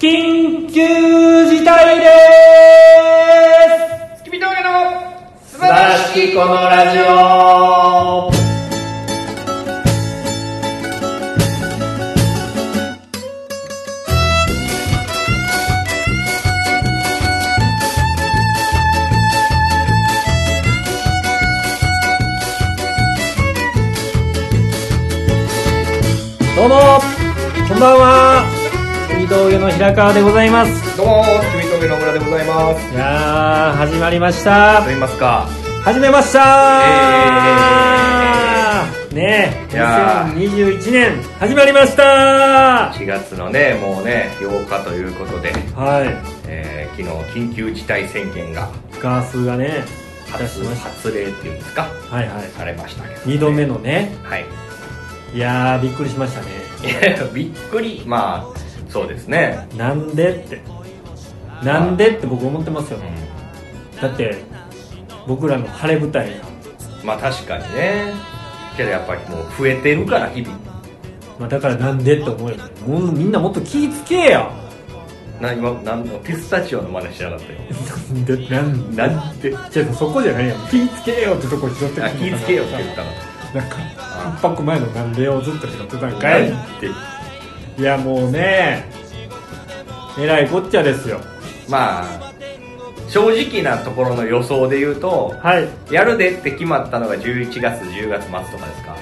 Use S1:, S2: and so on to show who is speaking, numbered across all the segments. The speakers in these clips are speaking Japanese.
S1: 緊急事態で
S2: 月見峠の素
S1: す素晴らしきこのラジオどうもこんばんは水峠の平川でございます
S2: どうも月見峠の村でございま
S1: い
S2: す
S1: やー始まりました
S2: といいますか
S1: 始めましたー、ねえ
S2: いやー
S1: 2021年始まりました
S2: 4月のねもうね8日ということで、
S1: は
S2: えー昨日緊急事態宣言が
S1: いガースがね出し
S2: 発
S1: まし
S2: 発令っていうんですか
S1: たはいはい
S2: されましたけど、
S1: 2度目のね
S2: はい
S1: いやーびっくりしましたね
S2: いやびっくりまあそうですね、
S1: なんでってなんでって僕思ってますよ
S2: う
S1: ね
S2: ん、
S1: だって僕らの晴れ舞台が、
S2: まあ確かにねけどやっぱりもう増えてるから日々
S1: まあ、だからなんでって思うよねもうみんなもっと気ぃつけよ
S2: な今なんのピスタチオの真似してなかったよ
S1: なんでなんで
S2: なん て
S1: 違うそこじゃないやん気ぃつけよってとこ拾ってくるのか
S2: あ
S1: な
S2: 気ぃつけよって言ったの
S1: なんか一泊前のなんでをずっと拾ってたんかい
S2: なんて
S1: いやもうねえらいこっちゃですよ
S2: まあ正直なところの予想で言うと
S1: はい
S2: やるでって決まったのが11月10月末とかですか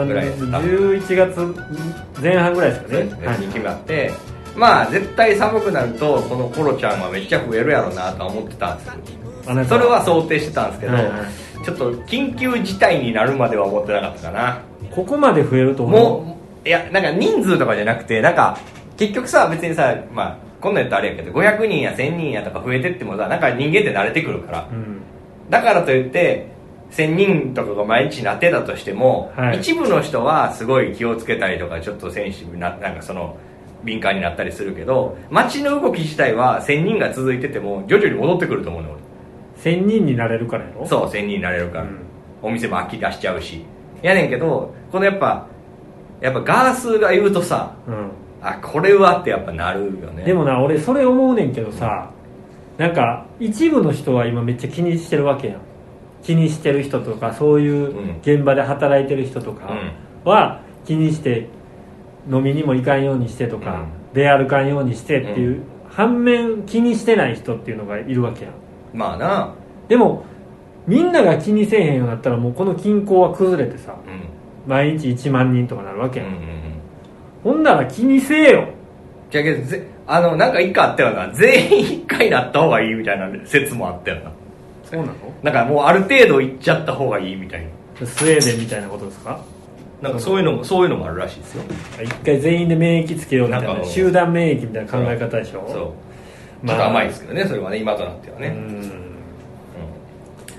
S1: うん
S2: ぐらいですか
S1: 11月前半ぐらいですか
S2: ね
S1: ねはい
S2: に決まってまあ絶対寒くなるとこのコロちゃんはめっちゃ増えるやろうなとは思ってたんです
S1: あなた
S2: それは想定してたんですけど、
S1: はいは
S2: ちょっと緊急事態になるまでは思ってなかったかな
S1: ここまで増えると思
S2: もういやなんか人数とかじゃなくてなんか結局さ別にさまあこんなんやったらあれやけど500人や1000人やとか増えてってもさなんか人間って慣れてくるから
S1: う、うん、
S2: だからといって1000人とかが毎日なってたとしても、
S1: はい
S2: 一部の人はすごい気をつけたりとかちょっと選手にななんかその敏感になったりするけど街の動き自体は1000人が続いてても徐々に戻ってくると思うの
S1: 1000人になれるからやろ
S2: 俺そう1000人になれるから、
S1: うん
S2: お店も飽き出しちゃうしやねんけどこのやっぱやっぱガースが言うとさ
S1: う、うん、
S2: あこれはってやっぱなるよね
S1: でもな俺それ思うねんけどさなんか一部の人は今めっちゃ気にしてるわけやん気にしてる人とかそういう現場で働いてる人とかは気にして飲みにも行かんようにしてとか、出歩かんようにしてっていう、反面気にしてない人っていうのがいるわけやん
S2: まあな
S1: でもみんなが気にせえへんようになったらもうこの均衡は崩れてさ
S2: うん
S1: 毎日1万人とかなるわけ
S2: うん
S1: や、
S2: うんんうん
S1: ほんなら気にせえよ
S2: じゃけどぜあのなんか一回あったよな全員一回なった方がいいみたいな説もあったよな
S1: そうなの
S2: なんかもうある程度行っちゃった方がいいみたい
S1: スウェーデンみたいなことですか
S2: ななんかそういうのもそういうのもあるらしいですよ
S1: 一回全員で免疫つけようみたい
S2: なん
S1: な
S2: か
S1: 集団免疫みたいな考え方でしょ
S2: そうち
S1: まあ
S2: ょっと甘いですけどねそれはね今となっては
S1: う
S2: ね
S1: ん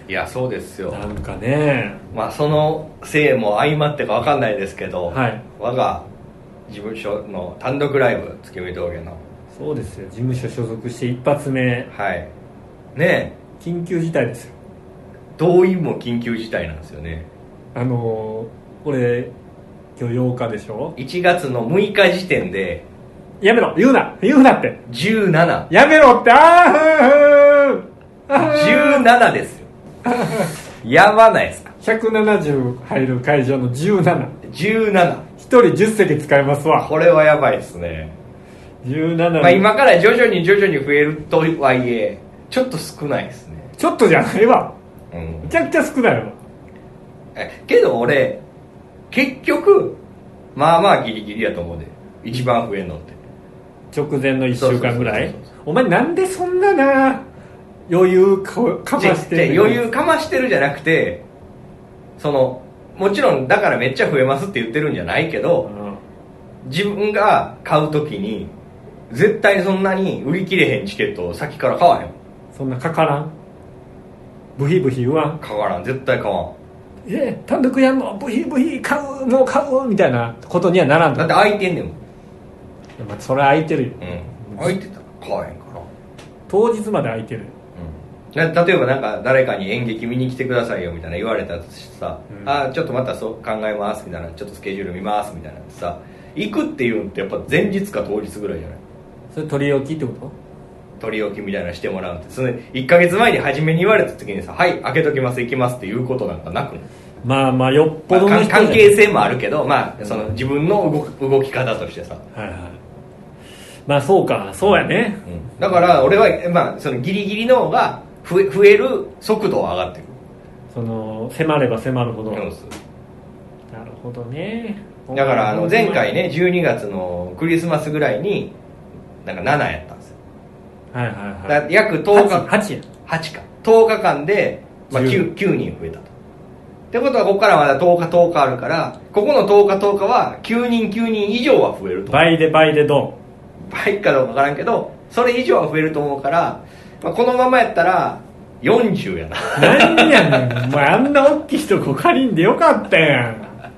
S2: いやそうですよ
S1: なんかね
S2: まあそのせいも相まってか分かんないですけど、
S1: はい
S2: 我が事務所の単独ライブ月見峠の
S1: そうですよ事務所所属して一発目
S2: はいねえ
S1: 緊急事態ですよ
S2: 動員も緊急事態なんですよね
S1: あのー、俺今日8日でしょ
S2: 1月の6日時点で
S1: やめろ言うな言うなって
S2: 17
S1: やめろってあーふんふんあー
S2: 17ですよやばないですか
S1: 170入る会場の171
S2: 17
S1: 人10席使えますわ
S2: これはやばいですね、
S1: 17の、
S2: まあ、今から徐々に徐々に増えるとはいえちょっと少ないですね
S1: ちょっとじゃないわ
S2: うん
S1: めちゃくちゃ少ないわ
S2: えけど俺結局まあまあギリギリやと思うで一番増えんのって
S1: 直前の1週間ぐらい
S2: そうそうそう
S1: お前なんでそんなな余裕かかまし
S2: じゃ
S1: て
S2: じ
S1: ん
S2: ゃ
S1: の
S2: 余裕かましてるじゃなくてそのもちろんだからめっちゃ増えますって言ってるんじゃないけど、
S1: うん
S2: 自分が買うときに絶対そんなに売り切れへんチケットを先から買わへん
S1: そんなかからんブヒブヒ言わん
S2: 買わらん絶対買わ
S1: えー単独やんのブヒブヒ買うもう買うみたいなことにはならん
S2: んだ
S1: と
S2: って空いてんねんもん、
S1: まあ、それ空いてるよ
S2: うん、空いてたら買わへんから、
S1: 当日まで空いてるよ
S2: うん、な例えばなんか誰かに演劇見に来てくださいよみたいな言われたとしてさ、
S1: うん
S2: あーちょっとまたそう考えますみたいなちょっとスケジュール見ますみたいなってさ行くっていうんってやっぱ前日か当日ぐらいじゃない
S1: それ取り置きってこ
S2: 取り置きみたいなのしてもらうってその1か月前に初めに言われた時にさ「はい開けときます行きます」っていうことなんかなくね
S1: とまあまあよっぽ
S2: まあ
S1: どの
S2: 関
S1: 人じゃない
S2: 関係性もあるけど、まあ、その自分の動く動き方としてさ、
S1: はいはいまあそうかそうやね、
S2: だから俺は、まあ、そのギリギリの方が増え増える速度は上がってく
S1: その迫れば迫るほど、
S2: る、
S1: なるほどね
S2: だからあの前回ね12月のクリスマスぐらいになんか7やったんですよ
S1: はいはいはい
S2: だから約10
S1: 8, 8
S2: 日
S1: や
S2: 8か10日間で、まあ、
S1: 10
S2: 9, 9人増えたとってことはここからまだ10日10日あるからここの10日10日は9人9人以上は増えると
S1: 倍で倍でドン
S2: 倍かどうか分からんけどそれ以上は増えると思うから、まあ、このままやったら40やな
S1: 何やねんお前あんな大きい人こ借りんでよかったやん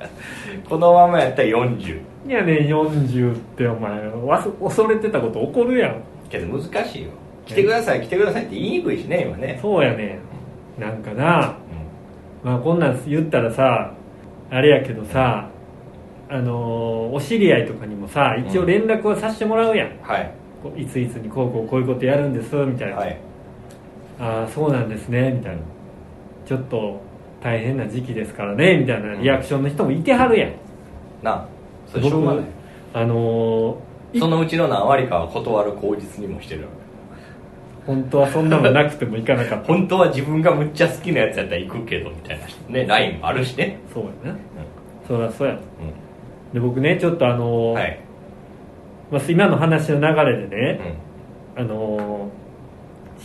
S2: このままやったら40
S1: 何やねん40ってお前わ恐れてたこと起こるやん
S2: けど難しいよ来てください来てくださいって言いにくいしね今ね、
S1: そうやねんなんかな
S2: う
S1: まあこんなん言ったらさあれやけどさあのーお知り合いとかにもさ一応連絡はさせてもらうやん、
S2: んはい
S1: こういついつにこうこうこういうことやるんですみたいな、
S2: はい
S1: ああそうなんですねみたいなちょっと大変な時期ですからねみたいなリアクションの人もいてはるやん、
S2: なあそれしょうがない
S1: 僕あのーい
S2: そのうちの何割かは断る口実にもしてる
S1: 本当はそんなのなくても行かなかった
S2: 本当は自分がむっちゃ好きなやつやったら行くけどみたいなねラインもあるしね
S1: そうやなそりゃそうや
S2: うん、
S1: で僕ねちょっとあのー
S2: うん、はい、
S1: まあ、今の話の流れで
S2: うん
S1: ね、あのー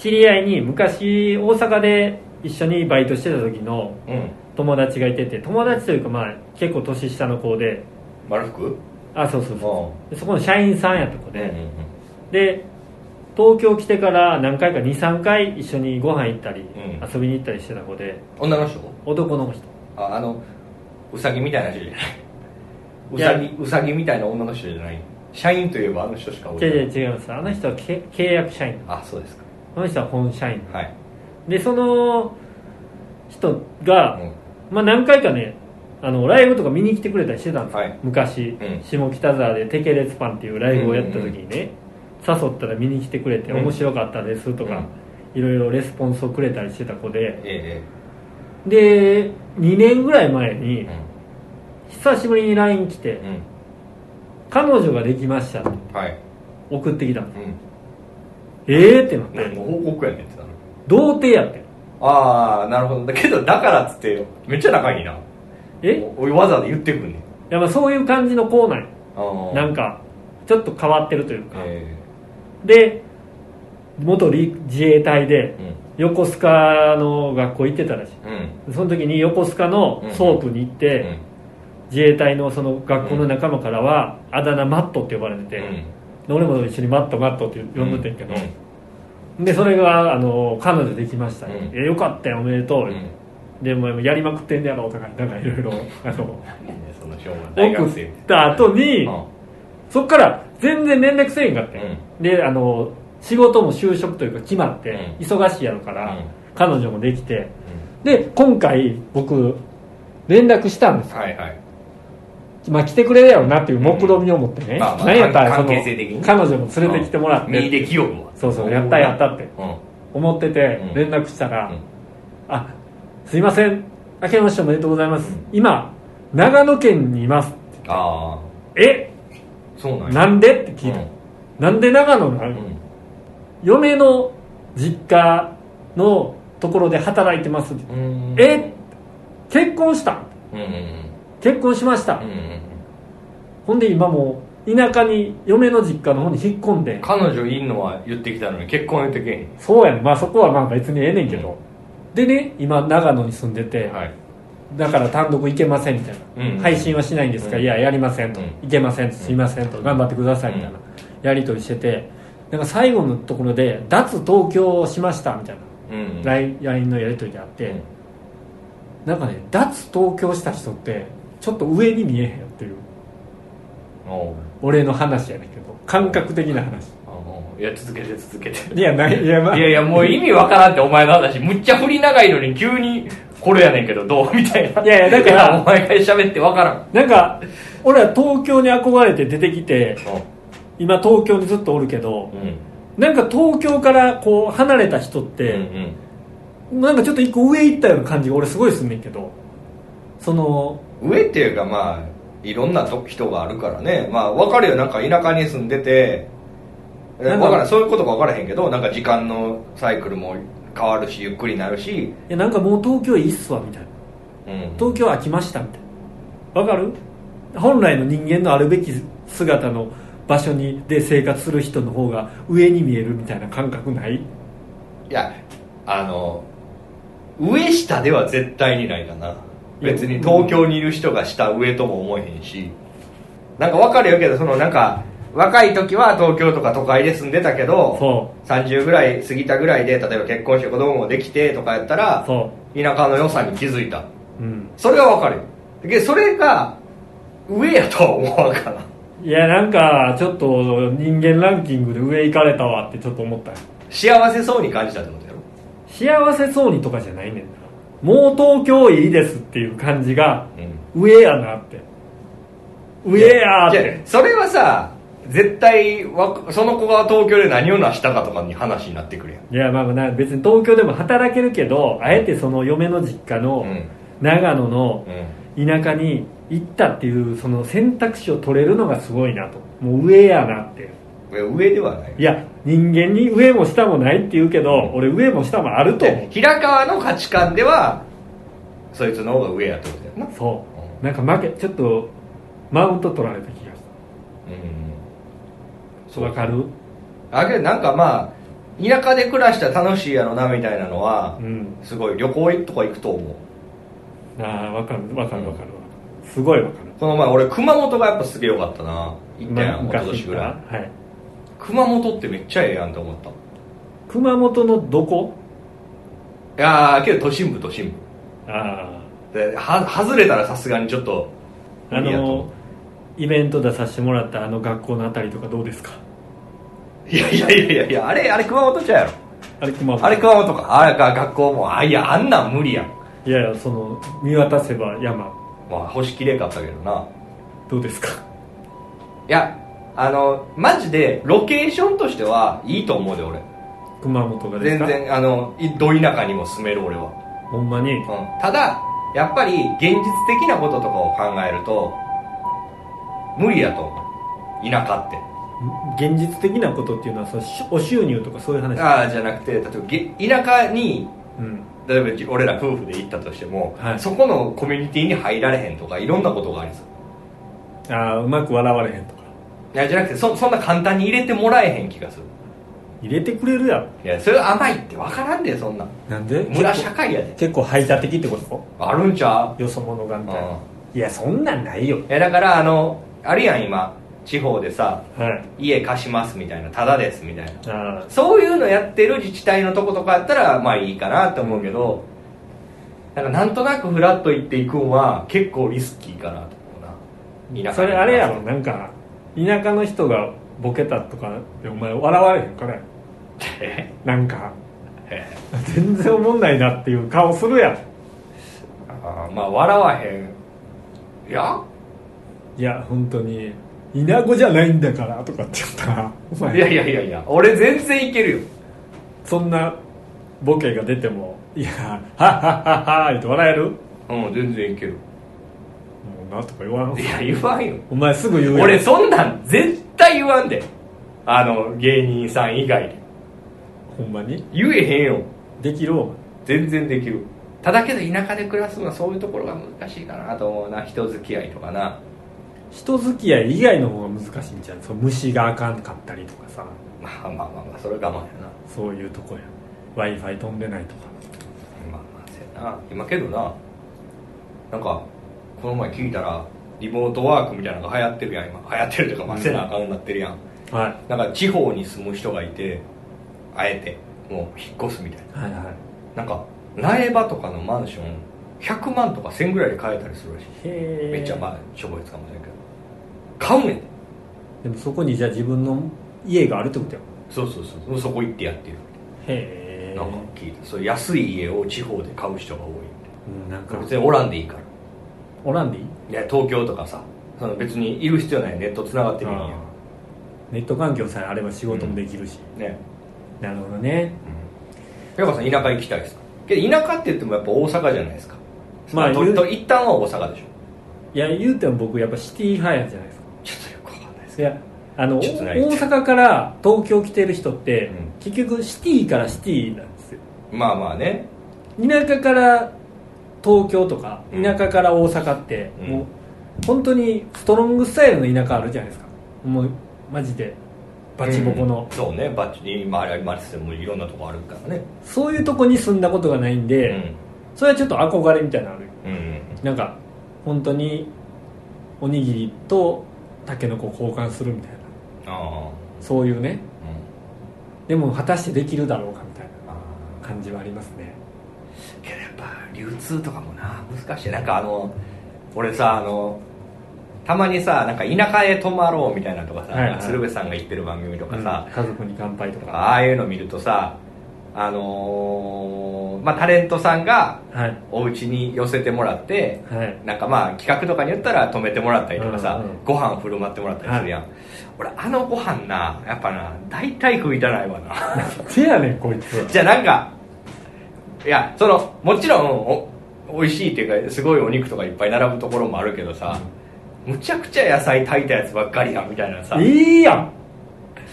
S1: 知り合いに昔大阪で一緒にバイトしてた時の
S2: うん、
S1: 友達がいてて友達というかまあ結構年下の子で
S2: 丸福
S1: あそうそう
S2: う
S1: そうでそこの社員さんやった子で、
S2: んうん
S1: で東京来てから何回か23回一緒にご飯行ったり、
S2: ん
S1: 遊びに行ったりしてた子で
S2: 女の人
S1: 男の人
S2: ああのウサギみたいな人じゃ
S1: いや
S2: ないウサギウサギみたいな女の人じゃない社員といえばあの人しかおら
S1: 違う
S2: ない
S1: 違う違いますあの人はけ契約社員
S2: あそうですか
S1: あの人は本社員
S2: はい、
S1: でその人が、
S2: うん
S1: まあ、何回かねあのライブとか見に来てくれたりしてたんですよ、
S2: はい
S1: 昔、
S2: うん
S1: 下北沢で「テケレツパン」っていうライブをやった時にね、誘ったら見に来てくれて「
S2: うん
S1: 面白かったです」とか、いろいろレスポンスをくれたりしてた子で
S2: え
S1: で2年ぐらい前に、
S2: ええ
S1: 久しぶりに LINE 来て
S2: えうん、
S1: 「彼女ができました」と
S2: うん、はい、
S1: 送ってきたの
S2: うん
S1: えーってなって
S2: 何の報告やねんってなる
S1: 童貞やってん
S2: ああなるほどだけどだからっつってめっちゃ仲いいな
S1: え
S2: おおいわざわざ言ってくんねん
S1: いやまあそういう感じの子なんよ
S2: あー
S1: なんかちょっと変わってるというか、
S2: え
S1: で元り自衛隊
S2: え
S1: で横須賀の学校行ってたらし
S2: うんうん
S1: いその時に横須賀のソープに行って、
S2: うん
S1: 自衛隊のその学校の仲間からはあだ名マットって呼ばれてて、
S2: うん
S1: で俺も一緒にマットマットって呼んでてんけど、
S2: うん
S1: でそれがあの彼女できました、
S2: うん
S1: えよかったよおめでとう、
S2: うん
S1: でもうやりまくってんねやろお互いなんかいろ いろあの
S2: いいねそのしょうがない大
S1: 送
S2: 学
S1: っ
S2: 生みたい
S1: た後に、
S2: な
S1: そっから全然連絡せえへんかったよ、であの仕事も就職というか決まって、
S2: うん
S1: 忙しいやろから、
S2: うん
S1: 彼女もできてで今回僕連絡したんです
S2: はいはい
S1: まあ来てくれるやろなっていう目論見を持ってね、
S2: うんまあまあ
S1: 何やったらその
S2: 関係性的に
S1: 彼女も連れてきてもらって、
S2: 右で清くも
S1: そうそうやったやったって
S2: うん
S1: 思ってて
S2: う
S1: 連
S2: ん
S1: 絡したら「
S2: うん
S1: あすいません明けましておめでとうございます、今長野県にいます
S2: ああ」
S1: え
S2: そうなんや
S1: なんで?」って聞いた、
S2: うん
S1: なんで長野な
S2: うん
S1: の、嫁の実家のところで働いてます
S2: うんうん
S1: え結婚した
S2: うんうん
S1: 結婚しました、
S2: うんうんうん
S1: ほんで今もう田舎に嫁の実家の方に引っ込んで
S2: 彼女いんのは言ってきたのに結婚言ってけえ
S1: そうやねまあそこはまあ別にええねんけど、でね今長野に住んでて、
S2: へんはい
S1: だから単独行けませんみたいな、
S2: うん
S1: 配信はしないんですか、
S2: うん
S1: いややりませんと、
S2: うん
S1: 行けませんとすいませんと、頑張ってくださいみたいな、やり取りしててなんか最後のところで「脱東京をしました」みたいな
S2: うんイ
S1: LINE、LINE のやり取りであって、なんかね脱東京した人ってちょっと上に見えへんよっていう
S2: おう
S1: 俺の話やねんけど感覚的な話
S2: あのいや続けて続 けて
S1: いやないいや,、まあ、
S2: いやいやもう意味わからんってお前の話むっちゃ振り長いのに急にこれやねんけどどうみたいない
S1: やいやだから
S2: お前が喋ってわからん
S1: なんか俺は東京に憧れて出てきて今東京にずっとおるけどなんか東京からこう離れた人って、なんかちょっと一個上行ったような感じが俺すごいすんねんけどその
S2: うん上っていうかまあいろんなと人があるからねまあ分かるよなんか田舎に住んでてえ
S1: なん
S2: 分
S1: か
S2: からんそういうことが分からへんけどなんか時間のサイクルも変わるしゆっくりになるし、
S1: いやなんかもう東京いいっすわみたいな
S2: うん、
S1: 東京飽きましたみたいなわかる本来の人間のあるべき姿の場所にで生活する人の方が上に見えるみたいな感覚ない
S2: いやあの上下では絶対にないかな別に東京にいる人が下上とも思えへんしなんか分かるよけどそのなんか若い時は東京とか都会で住んでたけど
S1: そ
S2: 30ぐらい過ぎたぐらいで例えば結婚して子供もできてとかやった
S1: う
S2: ら
S1: そ
S2: 田舎の良さに気づいた
S1: ううん
S2: それは分かるよだけどそれが上やとは思わんから
S1: いやなんかちょっと人間ランキングで上行かれたわってちょっと思ったよ
S2: 幸せそうに感じたってことやろ
S1: 幸せそうにとかじゃないねんなもう東京いいですっていう感じが
S2: うん
S1: 上やなって上やーっ
S2: い
S1: て
S2: やそれはさ絶対わその子が東京で何を成したかとかに話になってくるやん
S1: いやまあまあな別に東京でも働けるけどあえてその嫁の実家の
S2: うん
S1: 長野の
S2: う
S1: 田舎に行ったっていうその選択肢を取れるのがすごいなともう上やなって
S2: ん上ではない
S1: いや人間に上も下もないって言うけど、
S2: うん
S1: 俺上も下もあると思う
S2: で平川の価値観ではそいつの方が上やってことやな
S1: そうなんか負けちょっとマウント取られた気がし
S2: うん
S1: たわかる
S2: あけどなんかまあ田舎で暮らしたら楽しいやろなみたいなのは
S1: うん
S2: すごい旅行とか行くと思う
S1: ああわかるわかるわかるわかるすごいわかる
S2: この前俺熊本がやっぱすげえよかったな行ったやん一
S1: 昔
S2: 年ぐ
S1: から
S2: い
S1: はい
S2: 熊本ってめっちゃええやんって思ったい
S1: 熊本のどこ
S2: やーけど都心部都心部
S1: あ
S2: では外れたらさすがにちょっと
S1: ああ
S2: 無理やと
S1: の
S2: 思
S1: イベント出させてもらったあの学校のあたりとかどうですか
S2: ういやいやいやいやいやあれあれ熊本ちゃうや
S1: あれ熊
S2: ろあれ熊本かあれか学校もあいやあんなん無理やん
S1: いやいやその見渡せば山
S2: まあ星綺麗かったけどな
S1: どうですか
S2: いやあのマジでロケーションとしてはいいと思うで俺
S1: 熊本がです
S2: 全
S1: か
S2: 然あのいど田舎にも住める俺は、
S1: ほんまに
S2: うん、ただやっぱり現実的なこととかを考えると無理やと思う田舎って
S1: 現実的なことっていうのはそのしお収入とかそういう話
S2: ああじゃなくて例えばげ田舎に
S1: うん
S2: 例えばじ俺ら夫婦で行ったとしても、
S1: はい
S2: そこのコミュニティに入られへんとかいろんなことがありそう
S1: ああうまく笑われへんとか
S2: いやじゃなくてそそんな簡単に入れてもらえへん気がする
S1: 入れてくれるやろ
S2: いやそれ甘いって分からんでそんな
S1: なんで
S2: 村社会やで
S1: 結構排他的ってこと
S2: あるんちゃ
S1: よそ者がみ
S2: う、
S1: たいな、
S2: うん
S1: いやそんなんないよ
S2: いやだからあのあるやん今地方でさ
S1: はい
S2: 家貸しますみたいなタダですみたいな
S1: あ
S2: そういうのやってる自治体のとことかやったらまあいいかなって思うけどなんかなんとなくフラッと行っていくんは結構リスキーかなと思うな
S1: あそれあれやろなんか田舎の人がボケたとかでお前笑われへんからや
S2: え
S1: なんか
S2: え
S1: 全然おもんないなっていう顔するやん
S2: あーまあ笑わへんいや
S1: いや本当に稲子じゃないんだからとかって言ったらお前
S2: いやいやいやいや俺全然いけるよ
S1: そんなボケが出てもいや「はっはっはっは」言って笑えるも
S2: うん全然いける
S1: うなとか言わん
S2: いや言わんよ
S1: お前すぐ言うやん
S2: 俺そんなん絶対言わんであの芸人さん以外で
S1: ほんまに
S2: 言えへんよ
S1: できるお前
S2: 全然できるただけど田舎で暮らすのはそういうところが難しいかなと思うな人付き合いとかな
S1: 人付き合い以外の方が難しいんじゃんその虫があかんかったりとかさ
S2: まあまあまあまあそれ我慢やな
S1: そういうとこや w i f i 飛んでないとか
S2: まあまあせやな今けどななんかこの前聞いたらリモートワークみたいなのが流行ってるやん今流行ってるというかまあせなあかんなってるやん
S1: はい
S2: なんか地方に住む人がいてあえてもう引っ越すみたいな
S1: はいはい
S2: なんか苗場とかのマンション100万とか1000ぐらいで買えたりするらしい
S1: へえ
S2: めっちゃまあしょぼいつかもしれんけど買うんやで
S1: でもそこにじゃあ自分の家があるってことや
S2: そうそうそうそこ行ってやってる
S1: へえ
S2: なんか聞いたそう安い家を地方で買う人が多いみ
S1: うんなん
S2: たい
S1: か
S2: な別におらんでいいから
S1: おらんでいい
S2: いや東京とかさその別にいる必要ないネット繋がってるんや
S1: あネット環境さえあれば仕事もできるし、
S2: ね
S1: なるほどね
S2: 平川さん田舎行きたいですかけど田舎って言ってもやっぱ大阪じゃないですか
S1: まあ
S2: まあ
S1: 言う
S2: と一旦は大阪でしょ
S1: いや言うても僕やっぱシティ派やじゃないですか
S2: ちょっとよくわかんないです
S1: いやあのお
S2: ちょっと
S1: 大
S2: ない
S1: 阪から東京来てる人って、
S2: うん
S1: 結局シティからシティなんですよ
S2: まあまあね
S1: 田舎から東京とか
S2: うん
S1: 田舎から大阪って、
S2: うん
S1: もう本当にストロングスタイルの田舎あるじゃないですかもうマジでバチボコの
S2: うん、そうねバチ今あれありますよもういろんなとこあるからね
S1: そういうとこに住んだことがないんで、それはちょっと憧れみたいなのあるよ
S2: うんうん
S1: なんか本当におにぎりとタケノコ交換するみたいな
S2: あ
S1: そういうね
S2: あうん
S1: でも果たしてできるだろうかみたいな
S2: ああ
S1: 感じはありますね
S2: けどやっぱ流通とかもな難しいなんかあの俺さあのたまにさなんか田舎へ泊まろうみたいなとかさ、
S1: はいはい
S2: 鶴瓶さんが言ってる番組とかさ、
S1: 家族に乾杯とか
S2: ああいうの見るとさあのーまあタレントさんが
S1: はい
S2: お家に寄せてもらって
S1: はい
S2: なんかまあ企画とかによったら泊めてもらったりとかさ、
S1: うんうん
S2: ご飯振る舞ってもらったりするやん、俺あのご飯なやっぱな大体食いたないわな
S1: せやねんこいつ
S2: じゃあなんかいやそのもちろんお美味しいっていうかすごいお肉とかいっぱい並ぶところもあるけどさ、むちゃくちゃ野菜炊いたやつばっかりやんみたいなさ
S1: いいやん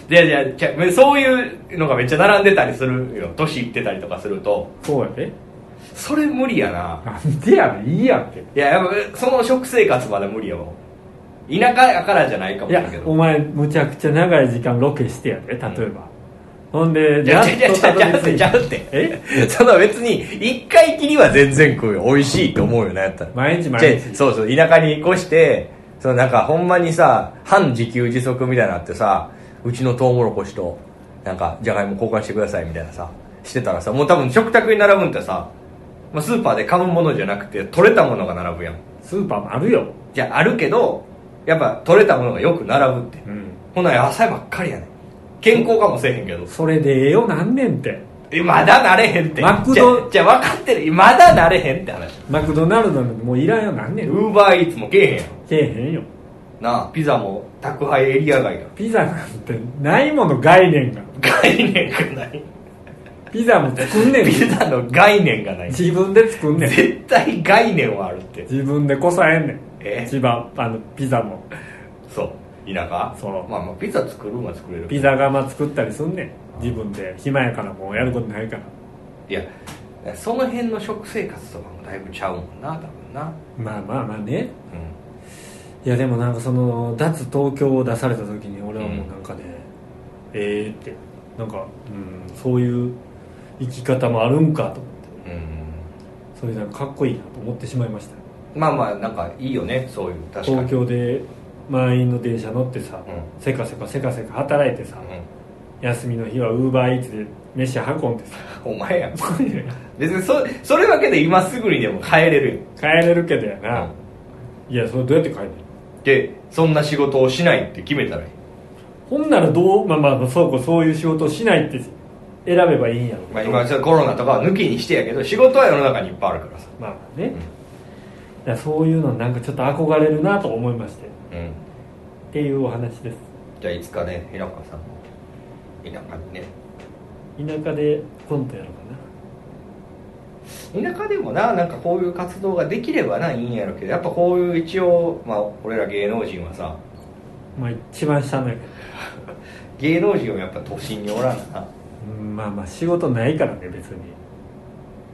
S2: でいやじゃあそういうのがめっちゃ並んでたりするよ年いってたりとかすると
S1: そうやで
S2: それ無理やな
S1: なんでやねんいいやんって
S2: いややっぱその食生活まで無理やわ田舎やからじゃないかも
S1: い
S2: しれ
S1: や
S2: んけど
S1: お前むちゃくちゃ長い時間ロケしてやで例えば、ほんで
S2: じゃじゃ
S1: やっと
S2: じゃ
S1: た
S2: じゃ
S1: どり
S2: じ
S1: 着
S2: ゃ
S1: い
S2: じゃ
S1: た
S2: って
S1: え
S2: その別に一回きりは全然食うよ美味しいと思うよなやったら
S1: 毎日毎
S2: じゃ
S1: 日
S2: そうそう田舎に越してそのなんかほんまにさ半自給自足みたいなのあってさうちのトウモロコシとなんかじゃがいも交換してくださいみたいなさしてたらさもう多分食卓に並ぶんってさ、まあ、スーパーで買うものじゃなくて取れたものが並ぶやん
S1: スーパーもあるよ
S2: じゃああるけどやっぱ取れたものがよく並ぶって
S1: うん
S2: ほな野菜ばっかりやねん健康かもせえへんけど
S1: それでええよなんねんって
S2: えまだなれへんって
S1: マクド
S2: じゃあ分かってるまだなれへんって話
S1: マクドナルドなんてもういらんよなんねん
S2: ウーバーイーツもけえへんやん
S1: けえへんよ
S2: なあピザも宅配エリア外やん
S1: ピザなんてないもの概念が
S2: 概念がない
S1: ピザも作んねん
S2: ピザの概念がない
S1: 自分で作んねん
S2: 絶対概念はあるって
S1: 自分でこさえんねん
S2: え
S1: 千葉あのピザも
S2: そう田舎
S1: そう
S2: まあまあピザ作るんは作れる
S1: ピザ窯作ったりすんねん自分で暇やからもうやることないから
S2: いやその辺の食生活とかもだいぶちゃうもんな多分な
S1: まあまあまあね
S2: う
S1: いやでもなんかその脱東京を出された時に俺はもうなんかね、ええってなんか、うん、そういう生き方もあるんかと思って
S2: んうん
S1: それなんかかっこいいなと思ってしまいました
S2: まあまあなんかいいよねそういう確かに
S1: 東京で満員の電車乗ってさ、
S2: う
S1: せかせかせかせか働いてさ、
S2: う
S1: 休みの日はウーバーイーツで飯運んでさ
S2: んお前やん別にそそれだけで今すぐにでも帰れるよ
S1: 帰れるけどやな、いやそれどうやって帰るの
S2: でそんな仕事をしないって決めたらいい
S1: ほんならどうまあまあそうこうそういう仕事をしないって選べばいいんやろうけど
S2: まあ今ちょっとコロナとかは抜きにしてやけど仕事は世の中にいっぱいあるからさ
S1: まあね、だからそういうのなんかちょっと憧れるなと思いましてっ
S2: うん
S1: ていうお話です
S2: じゃあいつかね平川さんも田舎にね
S1: 田舎でコントやろうか
S2: 田舎でもななんかこういう活動ができればないいんやろうけどやっぱこういう一応まあ俺ら芸能人はさ
S1: なまあ一番下のやけど
S2: 芸能人はやっぱ都心におらんな
S1: うんまあまあ仕事ないからね別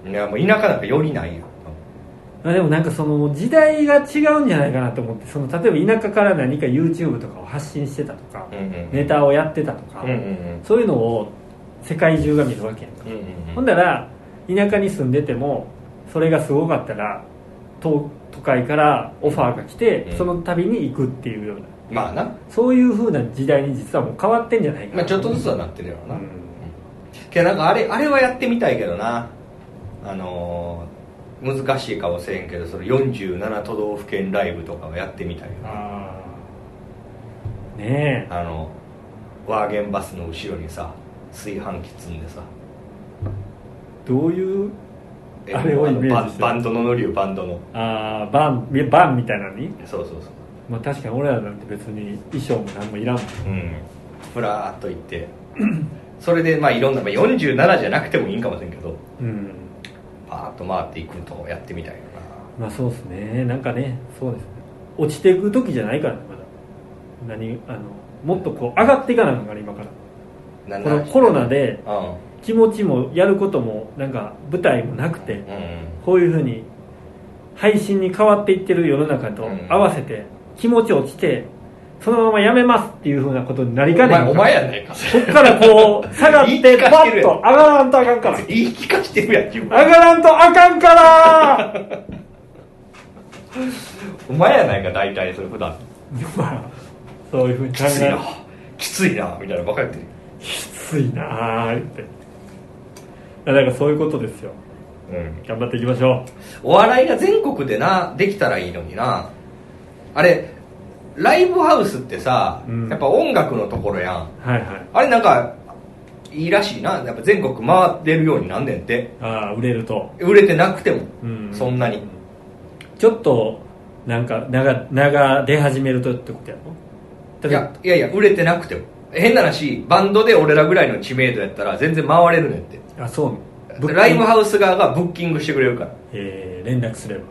S1: に
S2: いやもう田舎なんかよりないよ
S1: まあでもなんかその時代が違うんじゃないかなと思ってその例えば田舎から何か YouTube とかを発信してたとか、
S2: うんうん
S1: ネタをやってたとか、
S2: うんうんうん
S1: そういうのを世界中が見るわけやんか、
S2: うんうん
S1: ほんだら田舎に住んでてもそれがすごかったら都都会からオファーが来て、
S2: うん
S1: その度に行くっていうような
S2: まあな、
S1: そういうふうな時代に実はもう変わってんじゃないか
S2: ま
S1: な、
S2: あ、ちょっとずつはなってるやろ
S1: う
S2: な、
S1: ん
S2: けどなんかあれあれはやってみたいけどなあのー難しいかもしれんけどその47都道府県ライブとかはやってみたいよな
S1: ああねえ
S2: あのワーゲンバスの後ろにさ炊飯器積んでさ
S1: どういうあれをイメージ
S2: バ
S1: してる
S2: バンドのノリよバンドの
S1: あーバンみバンみたいなのに、
S2: そうそうそ
S1: まあ、確かに俺らなんて別に衣装も何もいらんもん
S2: ううんふらーっと 行ってそれでまあいろんな、まあ、47じゃなくてもいいんかもしれんけど
S1: うん
S2: パーッと回っていくのとやってみたいよ
S1: まあそうですねなんかねそうですね落ちていく時じゃないからねまだ何あのもっとこう上がっていかなあかんから今から
S2: なな
S1: このコロナで
S2: うんうん
S1: 気持ちもやることもなんか舞台もなくてこういうふうに配信に変わっていってる世の中と合わせて気持ち落ちてそのままやめますっていうふうなことになり
S2: お
S1: かねんか
S2: 前
S1: ら
S2: お前やないか
S1: こっからこう下がっ
S2: 言い
S1: て
S2: 方
S1: パ
S2: してる
S1: ッ
S2: やん
S1: と上がらんとあかんから
S2: 言い聞かしてるやん自
S1: 上が
S2: 分
S1: らんとあかんから
S2: お前やないか大体それ普段
S1: まあそういうふうに考
S2: きつい
S1: え
S2: なきついなみたいなばっかり言って
S1: きついなあってだからそういうことですよ
S2: るうん
S1: 頑張っていきましょ
S2: お笑いが全国でなできたらいいのになあれライブハウスってさ、
S1: うん
S2: やっぱ音楽のところやん
S1: うはいはい
S2: あれなんかいいらしいなやっぱ全国回ってるようになんねんって
S1: ああ売れると
S2: 売れてなくても、
S1: うん
S2: そんなに
S1: ちょっとなんか名が名が出始めるとってことやろ
S2: いやいやいや売れてなくても変な話バンドで俺らぐらいの知名度やったら全然回れるねんって
S1: あそうブッキング
S2: ライブハウス側がブッキングしてくれるから
S1: えー連絡すれば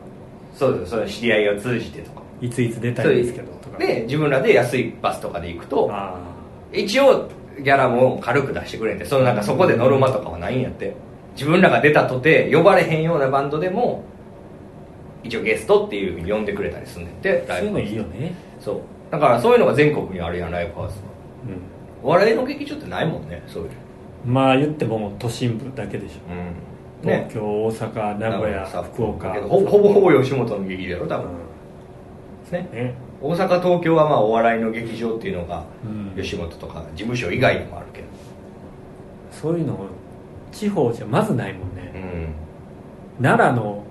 S2: そうですそうです知り合いを通じてとか
S1: いついつ出た
S2: そう
S1: い
S2: い
S1: ん
S2: う
S1: ですけどとか
S2: で自分らで安いバスとかで行くと
S1: あ
S2: 一応ギャラも軽く出してくれんてそのなんかそこでノルマとかはないんやって自分らが出たとて呼ばれへんようなバンドでも一応ゲストっていうふうに呼んでくれたりすんねんって
S1: あ
S2: ラ
S1: そう
S2: イ
S1: いうの
S2: ブハウス
S1: いいよね
S2: そうだからそういうのが全国にあるやんライブハウスは
S1: う
S2: お笑いの劇場ってないもんねそういうの
S1: んまあ言っても都心部だけでしょ
S2: うんね
S1: 東京、大阪名古屋
S2: さ
S1: 福岡
S2: けどほほぼほぼ吉本の劇場やろ多分、ね
S1: うんね
S2: 大阪東京はまあお笑いの劇場っていうのが
S1: うん
S2: 吉本とか事務所以外にもあるけど
S1: そういうの地方じゃまずないもんね
S2: うん
S1: 奈良の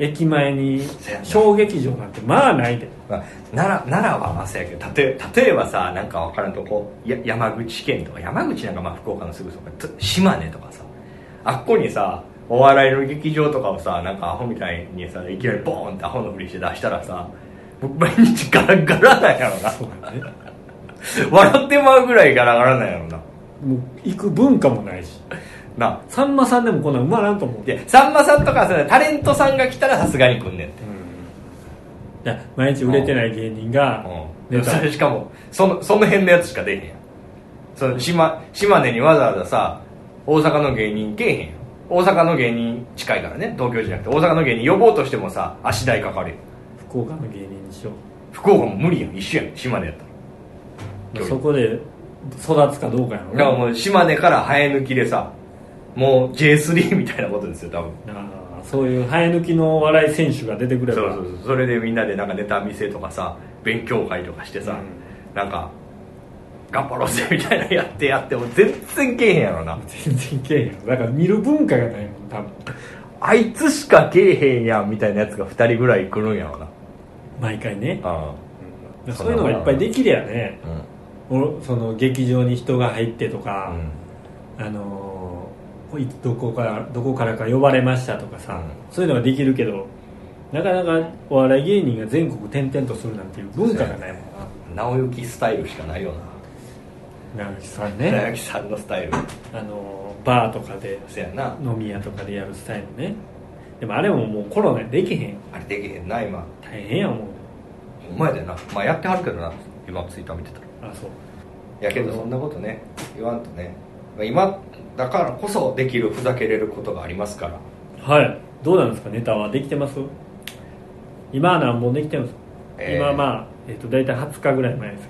S1: 駅前に
S2: そうやな
S1: 小劇場なんてまあないで
S2: まあ、奈良奈良はまあそうやけど例え例えばさなんか分からんとこや山口県とか山口なんかまあ福岡のすぐそこつ島根とかさあっこにさお笑いの劇場とかをさなんかアホみたいにさいきなりボーンってアホのふりして出したらさ僕毎日ガラガラなんやろな
S1: そうだね
S2: 笑ってまうぐらいガラガラなんやろな
S1: もう行く文化もないし
S2: な
S1: さんまさんでもこんなん埋まらんと思う
S2: でさんまさんとかさタレントさんが来たらさすがに来んねんって
S1: いや毎日売れてない芸人が
S2: うん、
S1: ネタ
S2: それしかもそのその辺のやつしか出えへんやんその島島根にわざわざさ大阪の芸人けえへんやん大阪の芸人近いからね東京じゃなくて大阪の芸人呼ぼうとしてもさ足代かかるよ
S1: 福岡の芸人にしよ
S2: 福岡も無理やん一緒やん島根やったら
S1: う
S2: うん
S1: そこで育つかどうかやろ
S2: だからもう島根から生え抜きでさもう J3 みたいなことですよ多分
S1: あーそういう生え抜きのお笑い選手が出てくれば
S2: そうそうそうそれでみんなでなんかネタ見せとかさ勉強会とかしてさ、
S1: う
S2: なんか頑張ろうぜみたいなやってやっても全然けえへんやろな
S1: 全然けえへんよだから見る文化がないもん多分
S2: あいつしかけえへんやんみたいなやつが2人ぐらい来るんやろな
S1: 毎回ね
S2: あ
S1: うんそういうのがいっぱいできりゃね
S2: うん
S1: おその劇場に人が入ってとか、あのーいどこからどこからか呼ばれましたとかさ、
S2: う
S1: そういうのができるけどなかなかお笑い芸人が全国転々とするなんていう文化がないもん
S2: 直行スタイルしかないよ
S1: な直木さん
S2: な
S1: ね
S2: 直行さんのスタイル
S1: あのーバーとかで
S2: そやな
S1: 飲み屋とかでやるスタイルねでもあれももうコロナでできへんよ
S2: あれできへんな今
S1: 大変やもん
S2: お前だよなまあやってはるけどな今ツイッター見てたら
S1: あそう
S2: やけどそんなことね言わんとねまあ今だからこそできるふざけれることがありますから
S1: はいどうなんですかネタはできてます今は何本できてるんですか、
S2: えー
S1: 今はまあ、えっと大体20日ぐらい前です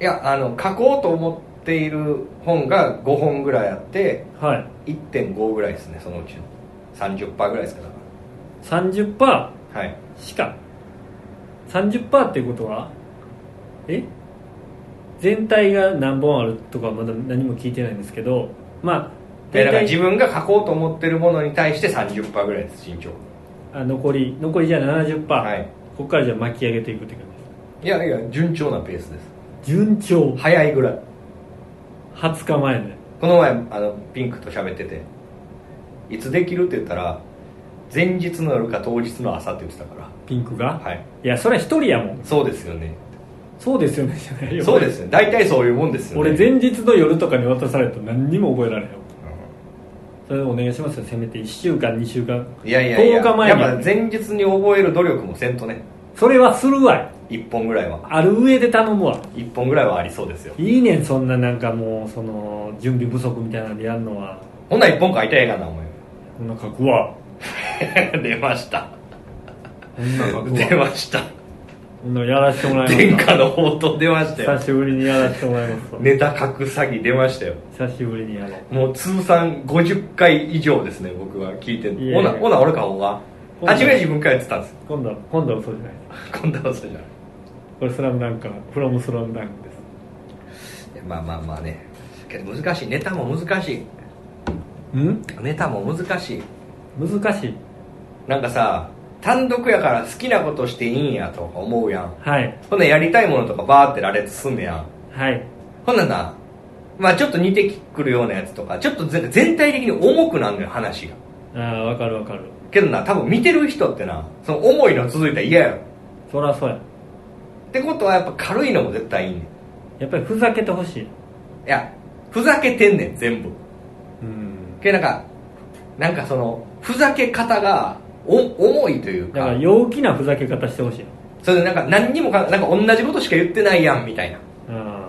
S1: け
S2: いやあの書こうと思っている本が5本ぐらいあって
S1: どはい
S2: 1.5ぐらいですねそのうちの30%ぐらいですから
S1: 30%
S2: はい
S1: しか30%ってことはえ全体が何本あるとかまだ何も聞いてないんですけどまあ
S2: えだから
S1: 大
S2: 自
S1: 体
S2: 分が書こうと思ってるものに対して30%ぐらいです身長
S1: あ残り残りじゃあ70%、
S2: はい
S1: ここからじゃあ巻き上げていくって感
S2: いやいや順調なペースです
S1: じ順調
S2: 早いぐらい
S1: 20日前ね
S2: この前あのピンクと喋ってていつできるって言ったら前日の夜か当日の朝って言ってたか
S1: ピンクが、
S2: らはい
S1: い、やそれは一人やもん
S2: そうですよね
S1: そうですよねじゃないよ
S2: そうですね大体そういうもんですよね
S1: 俺前日の夜とかに渡されたら何にも覚えられへんよ
S2: う
S1: それお願いしますよせめて1週間2週間
S2: んいやいやいや
S1: 10日前に
S2: やっぱ前日に覚える努力もせんとね
S1: それはするわ
S2: 1本ぐらいは
S1: ある上で頼むわ
S2: 1本ぐらいはありそうですよ
S1: いいねんそんななんかもうその準備不足みたいなんでやるのは
S2: ほんなら1本書いたらええかなお前
S1: こんな書くわ
S2: 出ました
S1: こんな書く
S2: 出
S1: わ
S2: ました
S1: こんなやらせてもらい
S2: 殿
S1: ます
S2: 下の宝刀出ましたよ
S1: 久しぶりにやらせてもらいますわ
S2: ネタ書く詐欺出ましたよ
S1: 久しぶりにやろう
S2: もう通算50回以上ですね僕は聞いて
S1: い
S2: る
S1: や
S2: ほ
S1: いや
S2: なほな俺かほんは
S1: ほんま
S2: 初め自分からやってたんです
S1: 今度は今度は嘘じゃない
S2: 今度はそうじゃない
S1: これスラムダンクフロムスラムダンクです
S2: いやまあまあまあねけど難しいネタも難しい
S1: うん
S2: ネタも難しい
S1: 難しい
S2: なんかさ単独やから好きなことしていいんやとか思うやん
S1: はい
S2: ほんならやりたいものとかバーって羅列すんねやん
S1: はい
S2: ほんならまあちょっと似てくるようなやつとかちょっとぜ全体的に重くなるのよ話が
S1: ああわかるわかる
S2: けどな多分見てる人ってなその重いの続いたら嫌やろ
S1: そらそうや
S2: ってことはやっぱ軽いのも絶対いいねん
S1: やっぱりふざけてほしい
S2: いやふざけてんねん全部
S1: うん
S2: けどなんかなんかそのふざけ方がお重いという
S1: だか
S2: から
S1: 陽気なふざけ方してほしい
S2: それでなんか何にもかなんか同じことしか言ってないやんみたいな
S1: あ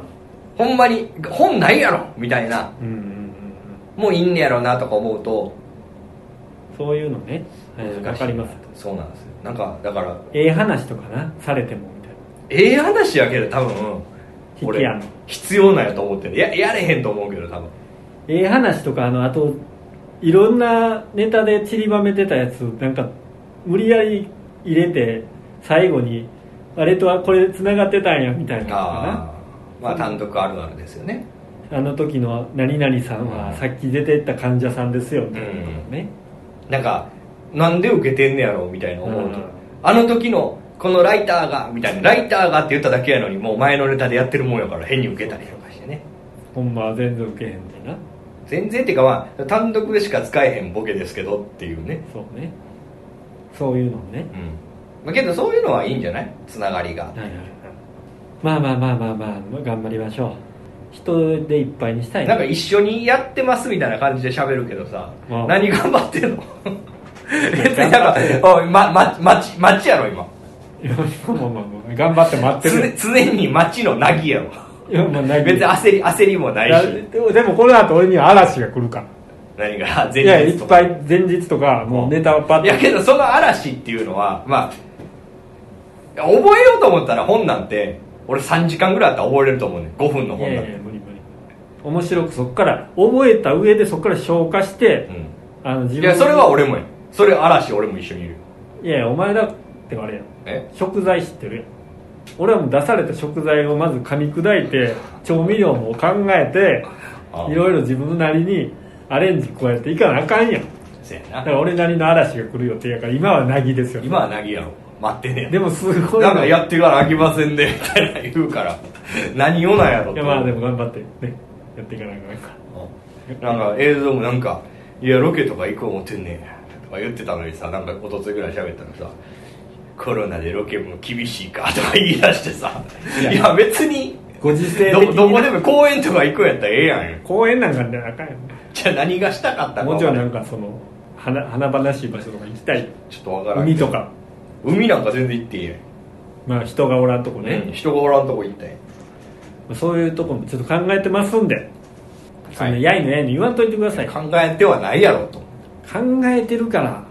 S2: ほんまに本ないやろみたいな
S1: あうんうんうんうん
S2: もういいんねやろなとか思うと
S1: そういうのねはいわ、
S2: 難しい
S1: かります
S2: そうなんですよなんかだから
S1: ええ話とかなされてもみたいな
S2: ええ話やけど多分
S1: 聞きやん
S2: 俺必要なんやと思ってるいややれへんと思うけど多分
S1: ええ話とかあのあといろんなネタで散りばめてたやつなんか無理やり入れて最後にあれとはこれつながってたんやみたいなのか
S2: ああまあ単独あるあるですよね
S1: なあの時の何々さんはさっき出てった患者さんですよみたいなのとかね、
S2: なんかなんで受けてんねやろみたいな思うと、
S1: うん
S2: あの時のこのライターがみたいなライターがって言っただけやのにもう前のネタでやってるもんやから変に受けたりとかしてね
S1: ほんまは全然ウケへんみたいな
S2: 全然っていうかまあ単独でしか使えへんボケですけどっていうね
S1: そうねそういうのね
S2: うんまあけどそういうのはいいんじゃないつながりが
S1: はいはいはいまあまあまあまあまあ頑張りましょう人でいっぱいにしたいね
S2: なんか一緒にやってますみたいな感じで喋るけどさ、
S1: うん
S2: 何頑張ってんの別に なんかおい、まま、町町やろ今
S1: いやまあまあまあま あ頑張って待ってるよ
S2: 常常に町のなぎやろ
S1: いやまあないけ
S2: 別
S1: ど
S2: に焦り焦りも ないい
S1: や
S2: し
S1: でもでもこの後俺には嵐が来るから
S2: 何が前
S1: いやい
S2: 日と
S1: っ
S2: か
S1: ぱい前日とかもうネタをパッ
S2: いやけどその嵐っていうのはまあいや覚えようと思ったら本なんて俺3時間ぐらいあったら覚えれると思うねん5分の
S1: いや
S2: 本
S1: い
S2: だ
S1: や
S2: って
S1: いや無理無理面白くそっから覚えた上でそっから消化して、あの自
S2: うん、
S1: 分
S2: いやそれは俺もやそれ嵐俺も一緒にいるよ
S1: いやいやお前だってあれやん
S2: え
S1: 食材知ってるやん俺はもう出された食材をまず噛み砕いて調味料も考えて
S2: あ
S1: いろいろ自分なりにアレンジ加えていかなあかんやん
S2: せや
S1: だか
S2: な
S1: ら俺なりの嵐が来る予定やから今はなぎですよ
S2: 今はなぎやろ待ってね
S1: でもす
S2: や
S1: ごい
S2: なんかやってから飽きませんねみたいな言うから何をなんやろ
S1: い
S2: と
S1: やまあでも頑張ってねやっていかなあかんから
S2: なんか映像もなんか「いやロケとか行こう思ってんねん」とか言ってたのにさなんか一昨日ぐらい喋ったらさ「コロナでロケも厳しいか」とか言い出してさ
S1: い
S2: い
S1: や
S2: や別に
S1: ご時世的
S2: ど
S1: に
S2: どこでも公園とか行くんやったらええやんよ
S1: 公園なんかであかんよ
S2: じゃあ何がしたかったか
S1: もちろん
S2: ち
S1: な
S2: ょ
S1: んかその花花々しい場所とか行きたい
S2: っとわからん
S1: 海とか
S2: 海なんか全然行っていいやん
S1: まあ人がおらんとこ
S2: うん
S1: ね、
S2: 人がおらんとこ行ったんや
S1: そういうとこもちょっと考えてますんでそんな
S2: はい
S1: やいのやいの言わんといてください考
S2: 考えてはないやろと考
S1: えてるから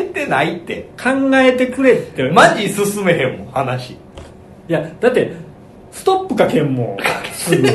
S2: えてないって
S1: 考えてくれって
S2: マジ進めへんもん 話
S1: いやだってストップかけんもんす ぐ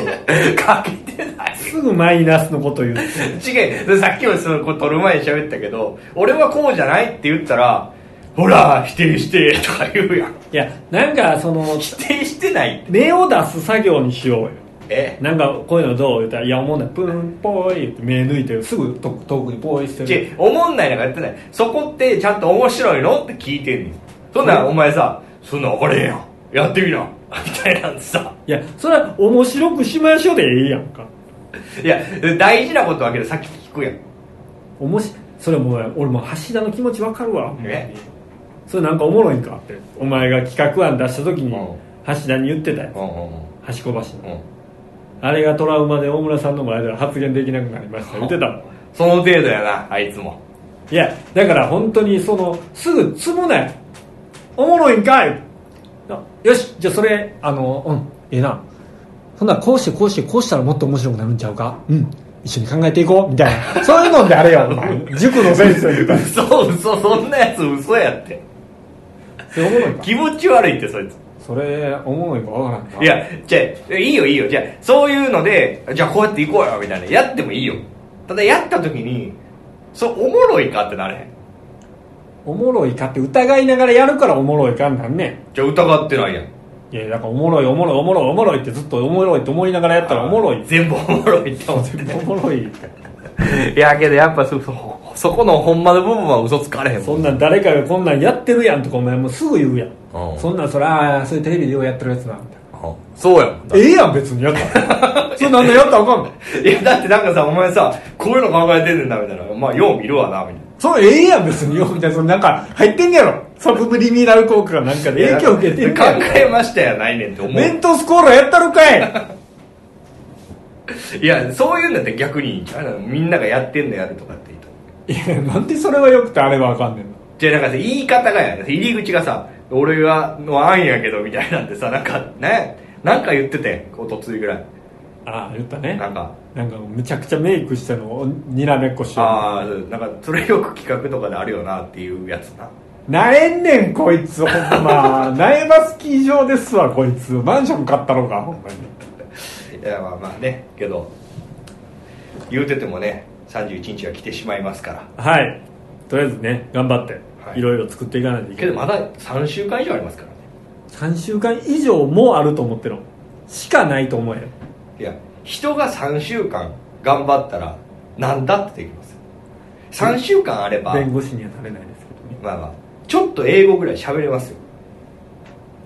S2: かけてない
S1: すぐマイナスのこと言う
S2: 違うさっきもその子撮る前に喋ったけど俺はこうじゃないって言ったらほら否定してとか言うやん
S1: いやなんかその
S2: 否定してないって
S1: 目を出す作業にしようよ
S2: え
S1: なんかこういうのどう言ったら「いやおもんないプンポーイ」って目抜いてすぐと遠くにポーイしてる
S2: 違う思んないなんかやってないそこってちゃんと面白いのって聞いてんねんそんなんお前さそんなん分かれへんやんやってみなみたいなんてさ
S1: いやそれは面白くしましょうでええやんか
S2: いや大事なことわけどさっき聞くやん
S1: おもしそれもう俺もう橋田の気持ちわかるわ
S2: え
S1: それなんかおもろいんかってお前が企画案出した時に
S2: うん
S1: 橋田に言ってたや
S2: うんうんうん
S1: つ橋小橋の
S2: うん
S1: あれがトラウマで大村さんの前では発言できなくなりました言ってたもん
S2: その程度やなあいつも
S1: いやだから本当にそのすぐ積むねおもろいんかいあよしじゃあそれあのうんええなほんならこうしてこうしてこうしたらもっと面白くなるんちゃうかうん一緒に考えていこうみたいなそういうのであれよお前塾の先生み たい
S2: 嘘嘘 そんなやつ嘘やって
S1: それおもろいか
S2: 気持ち悪いってそいつ
S1: それおもろいかわからんない
S2: やじゃあいいよいいよじゃあそういうのでじゃあこうやって行こうよみたいなやってもいいよただやった時にそうおもろいかってなれへん
S1: おもろいかって疑いながらやるからおもろいかなんね
S2: じゃあ疑ってないやん
S1: んいやだからおもろいおもろいおもろいおもろいってずっとおもろいと思いながらやったらおもろい
S2: 全部おもろいって思って
S1: おもろい
S2: ていやけどやっぱそそそこのほんまの部分は嘘つかれへん
S1: そ
S2: もん
S1: んなん誰かがこんなんやってるやんとかお前もうすぐ言うやん、
S2: うん
S1: そんなんそれああそれテレビでようやってるやつなみたい
S2: うんそうやもんだ
S1: なええやん別にやったらそれなんでやったらあかんの
S2: いやだってなんかさお前さこういうの考えてんねんだみたいなまあよう見るわなみたいな
S1: それええやん別によみたいなそのなんか入ってんねやろサブリミナル効果がなんかで影響受けてんね
S2: 考
S1: や ろ
S2: えましたやないねんって思う
S1: メントスコーラやったるかい
S2: いやそういうんだって逆にいいんちゃうみんながやってんのやるとかって言った
S1: いやなんでそれはよくてあれはあかんねんな
S2: じゃあなんかさ言い方がやね入り口がさ俺はの案やけどみたいなんでさなんかねなんか言ってておとついぐらい
S1: ああ言ったね
S2: なんか
S1: なんかめちゃくちゃメイクしたのをにらめっこしよ
S2: ああなんかそれよく企画とかであるよなっていうやつな
S1: うなれんねんこいつほん ま苗場スキー場ですわこいつマンション買ったろうかほんまに
S2: いやまあまあねけど言うててもね31日は来てしまいますから
S1: はいとりあえずね頑張って、
S2: はい
S1: い、ろいろ作っていかないといけ
S2: け
S1: な
S2: ど
S1: い
S2: まだ3週間以上ありますからね
S1: 3週間以上もあると思ってるのしかないと思えよ
S2: いや人が3週間頑張ったらなんだってできます3週間あれば
S1: 弁護士にはなれないですけどね
S2: まあまあちょっと英語ぐらい喋れますよ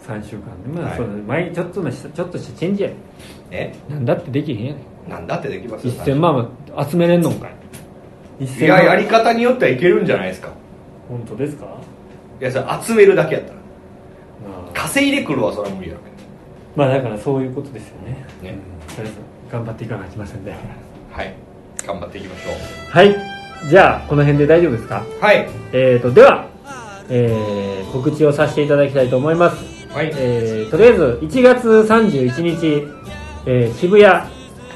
S1: 3週間でま
S2: は
S1: あ
S2: い
S1: その前ちょっとのしちょっとしたチェンジや
S2: ね
S1: なんだってできへんやねん
S2: なんだってできますよ
S1: 1000万は集めれんのんかい
S2: い
S1: 1000
S2: や
S1: 万
S2: やり方によってはいけるんじゃないですか
S1: 本当ですか
S2: いやそれ集めるだけやったら
S1: まあ
S2: 稼いでくるわそれは無理やろう
S1: まあだからそういうことですよね
S2: ね
S1: うんとりあえず頑張っていかなきゃいけませんで
S2: けどはい頑張っていきましょう
S1: はいじゃあこの辺で大丈夫ですか
S2: はい
S1: えー、とでは、えー告知をさせていただきたいと思います、
S2: はい
S1: えーとりあえず1月31日、えー渋谷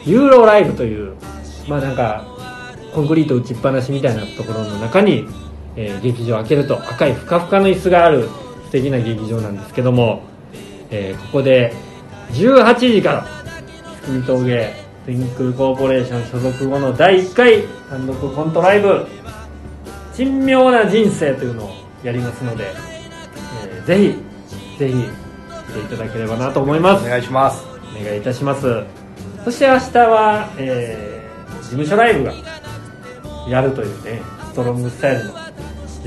S1: ユーロライブというまあなんかコンクリート打ちっぱなしみたいなところの中に、えー劇場を開けると赤いふかふかの椅子がある素敵な劇場なんですけども、えーここで18時から月見峠トゥインクルコーポレーション所属後の第1回単独コントライブ珍妙な人生というのをやりますので、えーぜひぜひ来ていただければなと思いま
S2: お
S1: す
S2: 願いします
S1: お願いいたしますそして明日は、えー事務所ライブがやるというねストロングスタイルの事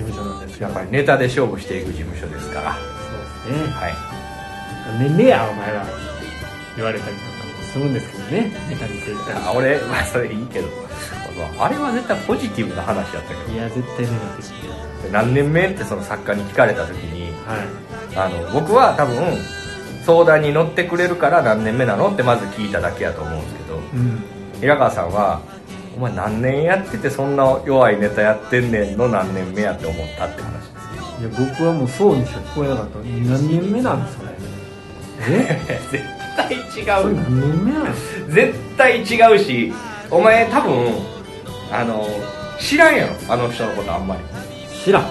S1: 務所なんです
S2: や
S1: が
S2: っぱりネタで勝負していく事務所ですから
S1: そうですね
S2: はい
S1: 「年齢やお前ら」言われたりとかもするんですけどねネタにしていたら
S2: あ俺まあそれいいけどまああれは絶対ポジティブな話だったけ
S1: いや絶対ネガティ
S2: ど何年目ってその作家に聞かれた時に
S1: ブはい
S2: あの僕は多分相談に乗ってくれるから何年目なのってまず聞いただけやと思うんですけど
S1: うん
S2: 平川さんは「お前何年やっててそんな弱いネタやってんねんの何年目やって思った」って話です
S1: いや僕はもうそうにしか聞こえなかった何年目なんそれえそれ
S2: 絶対 違う
S1: 何年目なん
S2: 絶対違うしお前多分あの知らんやろあの人のことあんまり
S1: 知らん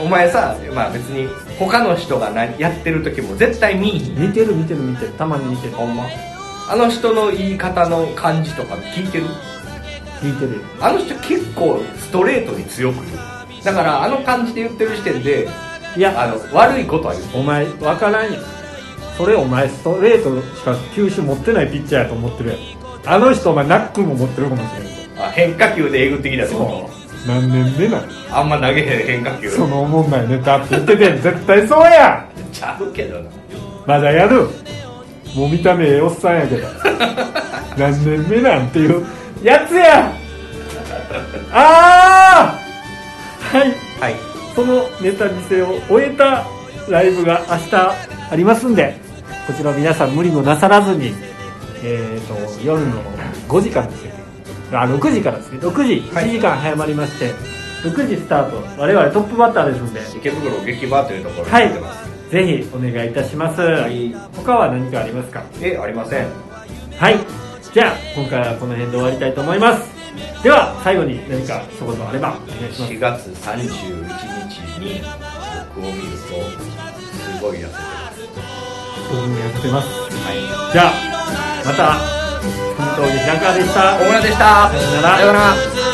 S2: お前さまあ別に他の人が何やってる時も絶対見いひん
S1: 見てる見てる見てるたまに見てる
S2: ほんまあの人の言い方の感じとか聞いてる
S1: 聞いてるよ
S2: あの人結構ストレートに強く言うだからあの感じで言ってる時点で
S1: いや
S2: あの悪いことは言う
S1: お前分からんやんそれお前ストレートしか球種持ってないピッチャーやと思ってるやんあの人お前ナックルも持ってるかもしれんぞ
S2: あ変化球でえぐってきたってこ
S1: う何年目なん
S2: とあんま投げへん変化球
S1: そのおもんないネタって言ってて絶対そうや
S2: ちゃうけどな
S1: まだやるもう見た目ええおっさんやけど何年目なんていうやつやああはい
S2: はい
S1: そのネタ見せを終えたライブが明日ありますんでこちら皆さん無理のなさらずに、えー、と夜の5時からですねあ6時からですね6時
S2: はい
S1: 1時間早まりまして、6時スタート我々トップバッターですので
S2: 池袋劇場というところに
S1: は
S2: やってます、
S1: いぜひお願いいたします、
S2: はい
S1: 他は何かありますか
S2: えありません
S1: はいじゃあ今回はこの辺で終わりたいと思いますでは最後に何か一言あればお願いします
S2: 4月31日に僕を見るとすごい痩せてます
S1: 僕もやってます
S2: はい
S1: じゃあまた本当に平川でした
S2: 小村でした
S1: さよなら
S2: さよなら